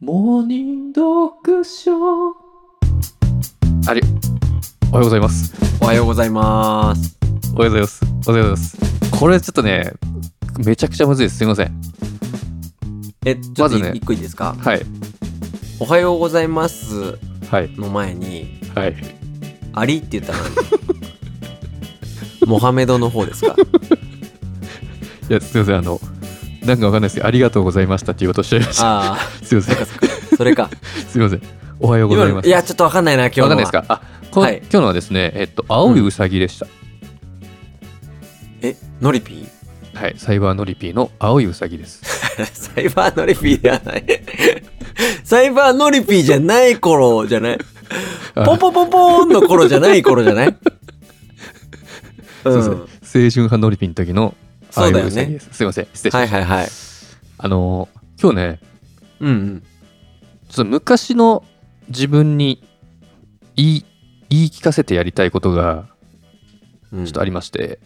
モーニング読書おはようございます。おはようございます。おはようございます。おはようございます。これちょっとね、めちゃくちゃむずいです。すいません。え、ちょまっとずいね一個いいですか、はい。おはようございますはい。の前に、はい。アリって 言ったら何モハメドの方で すかいや、すいません。あの、なんかわかんないですけど、ありがとうございましたって言おうとしちゃいました。あすいません。あ、それか。すいません。おはようござ今いまの、す。いや、ちょっとわかんないな、今日のわかはんないですかあ、こはい今日のはですね、えっと、青いウサギでした。え、ノリピはい。サイバーノリピーの青いウサギです。ー サイバーノリピーではない。 サイバーノリピーじゃない頃じゃないあポンポンポンポーンの頃じゃない頃じゃないすういんません。青春派ノリピーの時の青いウサギです。すいません。失礼しまはしいはいはい。た。あの、今日ね、うんうん。ちょっと昔の自分に言い、言い聞かせてやりたいことがうんちょっとありまして、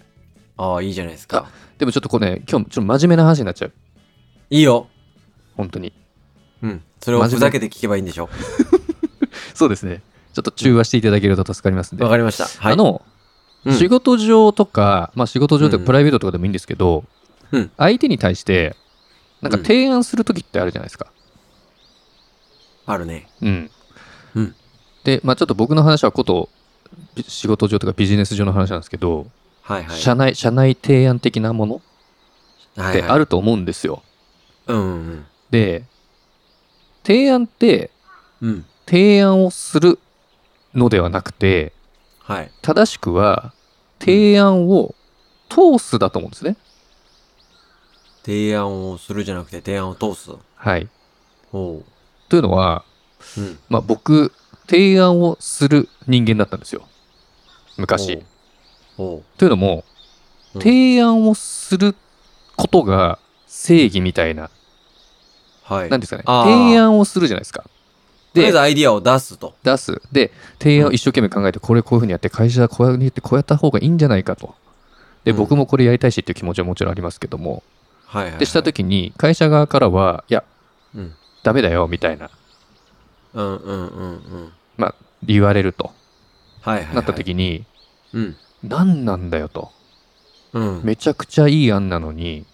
ああ、いいじゃないですか。でもちょっとこうね、今日ちょっと真面目な話になっちゃう。いいよ。本当に。うん。それをふざけて聞けばいいんでしょそうですね。ちょっと中和していただけると助かりますんで。わかりました。はい。あの、うん仕事上とか、まあ仕事上とうかんプライベートとかでもいいんですけど、うん相手に対して、なんかうん提案するときってあるじゃないですか。あるね。うん。うんで、まあちょっと僕の話はこと、び仕事上とかビジネス上の話なんですけど、はいはい。社内、社内提案的なものはっいてはいあると思うんですよ。うんうんで、提案って、うん。うん。提案をするのではなくて、はい。正しくは、提案を通すだと思うんですね。提案をするじゃなくて提案を通す。はい。おう。というのは、うん。まあ、僕、提案をする人間だったんですよ。昔。おう。というのも、うん提案をすることが正義みたいな、はい。なんですかね。あー提案をするじゃないですか。とりあえでず、アイディアを出すと。出す。で、提案を一生懸命考えて、これこういうふうにやって、会社はこうやってこうやった方がいいんじゃないかと。で、うん僕もこれやりたいしっていう気持ちはもちろんありますけども。はいはいはい。で、した時に、会社側からは、いや、うん。ダメだよ、みたいな、うんうんうんうん。言われると。はいはいはい。なった時に、うん。何なんだよと。うん。めちゃくちゃいい案なのに、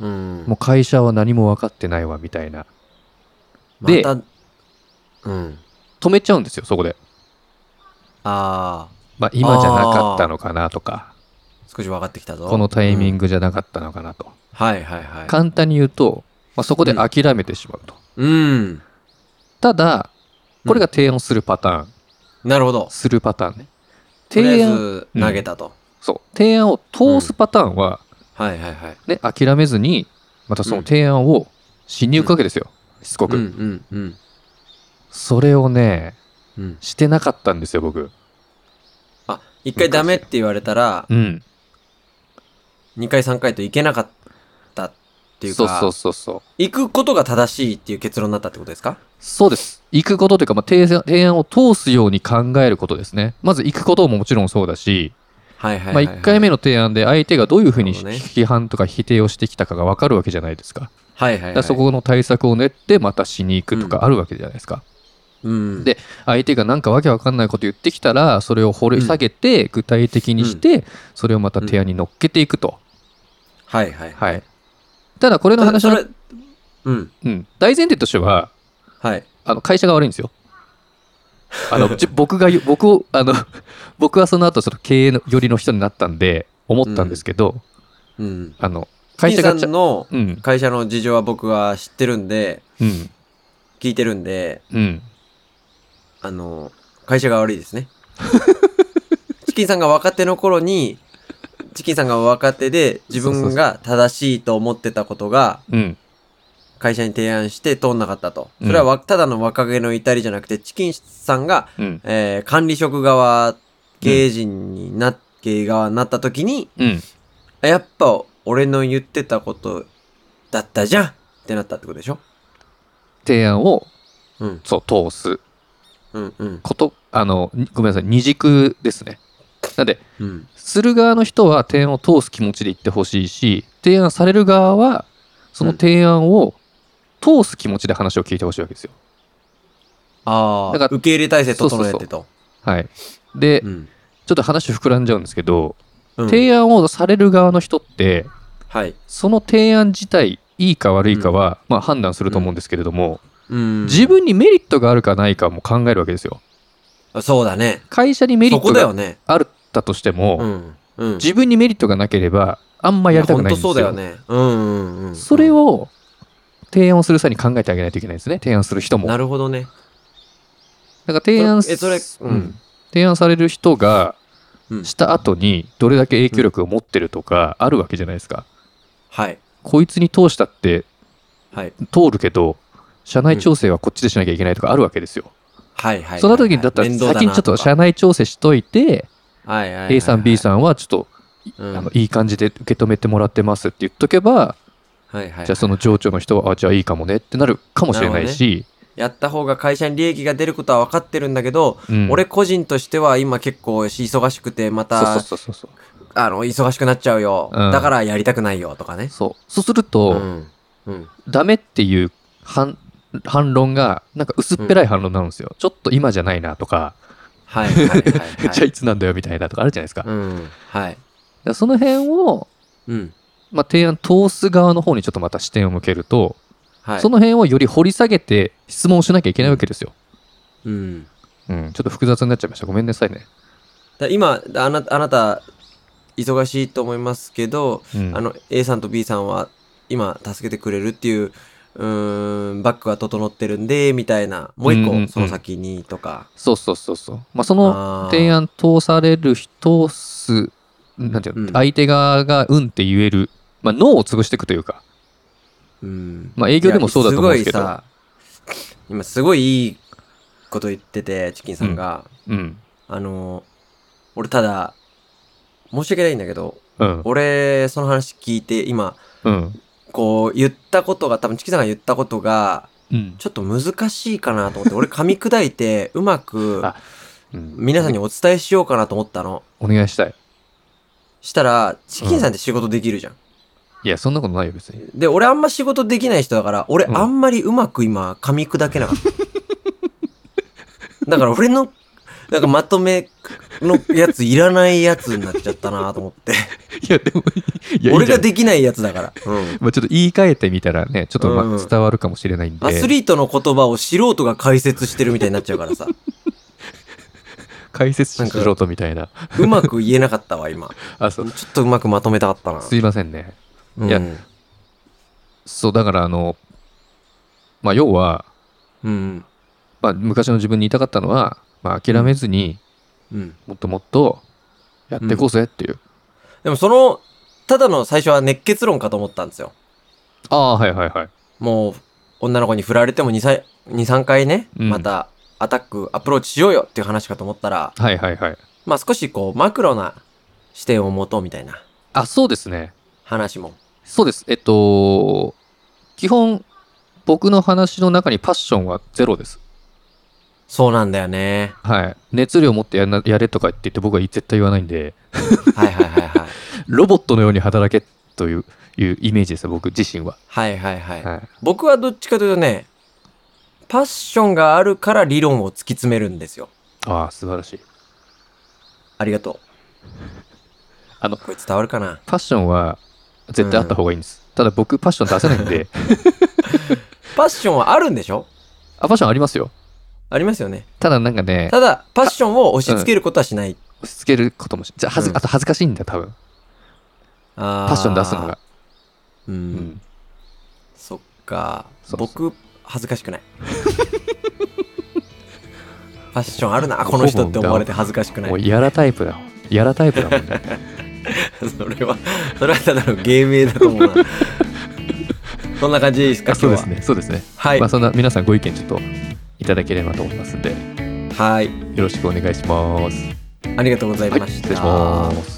うん。もう会社は何も分かってないわ、みたいな。までた、うん。止めちゃうんですよ、そこで。ああ、まあ、今じゃなかったのかなとか、少し分かってきたぞ。このタイミング。グじゃなかったのかなと。はいはいはい。簡単に言うと、まあ、そこで諦めてしまうと。うん。ただ、これが提案するパターン、なるほど。するパターンね。とり提あえ案、ず投げたと。そう、提案を通すパターンは、はいはいはい。ね、諦めずに、またその提案をしに行くわけですよ、しつこうく、んうんうんそれをね、うん。してなかったんですよ、僕。あ、一回ダメって言われたら、うん。二回三回と行けなかったっていうそうか、そうそうそう。行くことが正しいっていう結論になったってことですかそうです。行くことというか、まあ、提案提案を通すように考えることですね。まず行くことももちろんそうだし、はいまはいあ、はい、はい。 1回目の提案で相手がどういうふうになるほどね批判とか否定をしてきたかが分かるわけじゃないですか。はいはい、だはからい。そ、この対策を練ってまたしに行くとかあるわけじゃないですか。うん。で相手がなんかわけわかんないこと言ってきたらそれを掘り下げて具体的にして、それをまた提案に乗っけていくと、はいはい。はいただこれの話その、れ、うん。うん、大前提としてははい。あの会社が悪いんですよあ のちょ僕が言う僕をあの 僕はその後その経営の寄りの人になったんで思ったんですけど、うん。あの会社が P ちさゃんのうん会社の事情は僕は知ってるんで、うん聞いてるんで、うんあの、会社が悪いですね。 チキンさんが若手の頃に、チキンさんが若手で自分が正しいと思ってたことが、うん会社に提案して通んなかったと。うんそれはわただの若気の至りじゃなくて、チキンさんが、うんえー管理職側、経営陣にな、経営側になった時に、うんあやっぱ俺の言ってたことだったじゃんってなったってことでしょ提案をうん、そう通すうん、うん、ことあのにごめんなさい二軸ですねなんでうん。する側の人は提案を通す気持ちで言ってほしいし提案される側はその提案を通す気持ちで話を聞いてほしいわけですよ。あだかあら、受け入れ体制そう整そうえそうてと。はい。で、うんちょっと話膨らんじゃうんですけど、うん提案をされる側の人って、はい。その提案自体、いいか悪いかは、まあ判断すると思うんですけれども、うん自分にメリットがあるかないかも考えるわけですよ。そうだね。会社にメリそットこだがよね。あったとしても、うん。うん。自分にメリットがなければ、あんまやりたくないんですよ。本当そうだよね。うんうんうんうん。それを提案をする際に考えてあげないといけないですね。提案する人も。だなかるほどね。ら提案えそれすうんうん提案される人がうんした後にどれだけ影響力を持ってるとかあるわけじゃないですか。はい。こいつに通したってはい。通るけど、社内調整はこっちでしなきゃいけないとかあるわけですよ。はいはい。その時にだったら面倒な先にちょっと社か内調整しといて、はいはいはいはい A さん B さんはちょっとうんあのいい感じで受け止めてもらってますって言っとけば、はいはい。じゃあその情緒の人は、あ、じゃあいいかもねってなるかもしれないし、やった方が会社に利益が出ることは分かってるんだけど、うん俺、個人としては今結構忙しくて、また、そうそうそうそう。あの、忙しくなっちゃうよ、うんだからやりたくないよ、とかね。そう。そうするうと、ん。うん。ダメっていう反反論が、なんか薄っぺらい反論なんですよ。ちょっと今じゃないなとか、はいはい はい、はい。じゃあいつなんだよみたいなとかあるじゃないですか。だかうん。はい。らその辺を、うん。まあ、提案通す側の方にちょっとまた視点を向けると、はい。その辺をより掘り下げて質問をしなきゃいけないわけですよ。うん。うん、ちょっと複雑になっちゃいました。ごめんなさいね。だ今あな、あなた、忙しいと思いますけど、うん、あの、A さんと B さんは今助けてくれるっていう、うーん、バックが整ってるんで、みたいな、もう一うんうんうん個、その先にとか。そうそうそうそう。まあ、そのあー提案通される人す、なんていうの、うん相手側がうんって言える、まあ、脳を潰していくというか、うん。まあ、営業でもそうだと思うんですけど。いやすごいさ、今すごいいいこと言ってて、チキンさんが、うん。あの、俺ただ、申し訳ないんだけど、うん。俺、その話聞いて、今、うん。こう、言ったことが、多分チキンさんが言ったことが、うん。ちょっと難しいかなと思って、俺噛み砕い て、うまく、あうん皆さんにお伝えしようかなと思ったの。お願いしたい。したら、チキンさんって仕事できるじゃん。いや、そんなことないよ、別に。で、俺あんま仕事できない人だから、俺うんあんまりうまく今噛み砕けな かった。だから俺の、なんかまとめのやついらないやつになっちゃったなと思って。いや、でも、い俺がきできないやつだから。うん。まあ、ちょっと言い換えてみたらね、ちょっとうんまうあん伝わるかもしれないんで。アスリートの言葉を素人が解説してるみたいになっちゃうからさ。解説しろとみたいな。うまく言えなかったわ、今。あ、ちそょう。っとうまくまとめたかったな。すいませんね。うん、いやそう、だからあの、まあ、要は、うん。まあ、昔の自分に言いたかったのは、まあ、諦めずに、うん。もっともっと、やっていこうぜっていう。でもその、ただの最初は熱血論かと思ったんですよ。ああ、はいはいはい。もう、女の子に振られても2、さい二3回ね、うんまた、アタック、アプローチしようよっていう話かと思ったら、はいはいはい。まあ少しこう、マクロな視点を持とうみたいなあ、そうですね。話も。そうです。えっと、基本、僕の話の中にパッションはゼロです。そうなんだよね。はい。熱量持ってやんなやれとかって言って僕は絶対言わないんで、はいはいはい はい。ロボットのように働けといういうイメージですよ、僕自身は。はいはいはい。はい、僕はどっちかというとね、パッションがあるから理論を突き詰めるんですよ。ああ、素晴らしい。ありがとう。あのこれ伝わるかなパッションは絶対あった方がいいんです。ただ僕、パッション出せないん で、パッションはあるんでしょあ、パッションありますよ。ありますよね。ただなんかね、ただ、パッションを押し付けることはしない。押し付けることもし、じゃあ、はずうんあと恥ずかしいんだよ、多分。パパッション出すのが。。う。うんん。そっか。そう僕、恥ずかしくない。 ファッションあるな、この人って思われて恥ずかしくなもう、い。やらタイプだ。やらタイプだもんね。 それは、それはただの芸名だと 思うな。そんな感じでいいですか、あそう今です日ね、そうですね。は。はいまあ、。そんな皆さんご意見ちょっといただければと思いますんで、よはい。ろしくお願いします。ありがとうございはい、まし失礼た。します。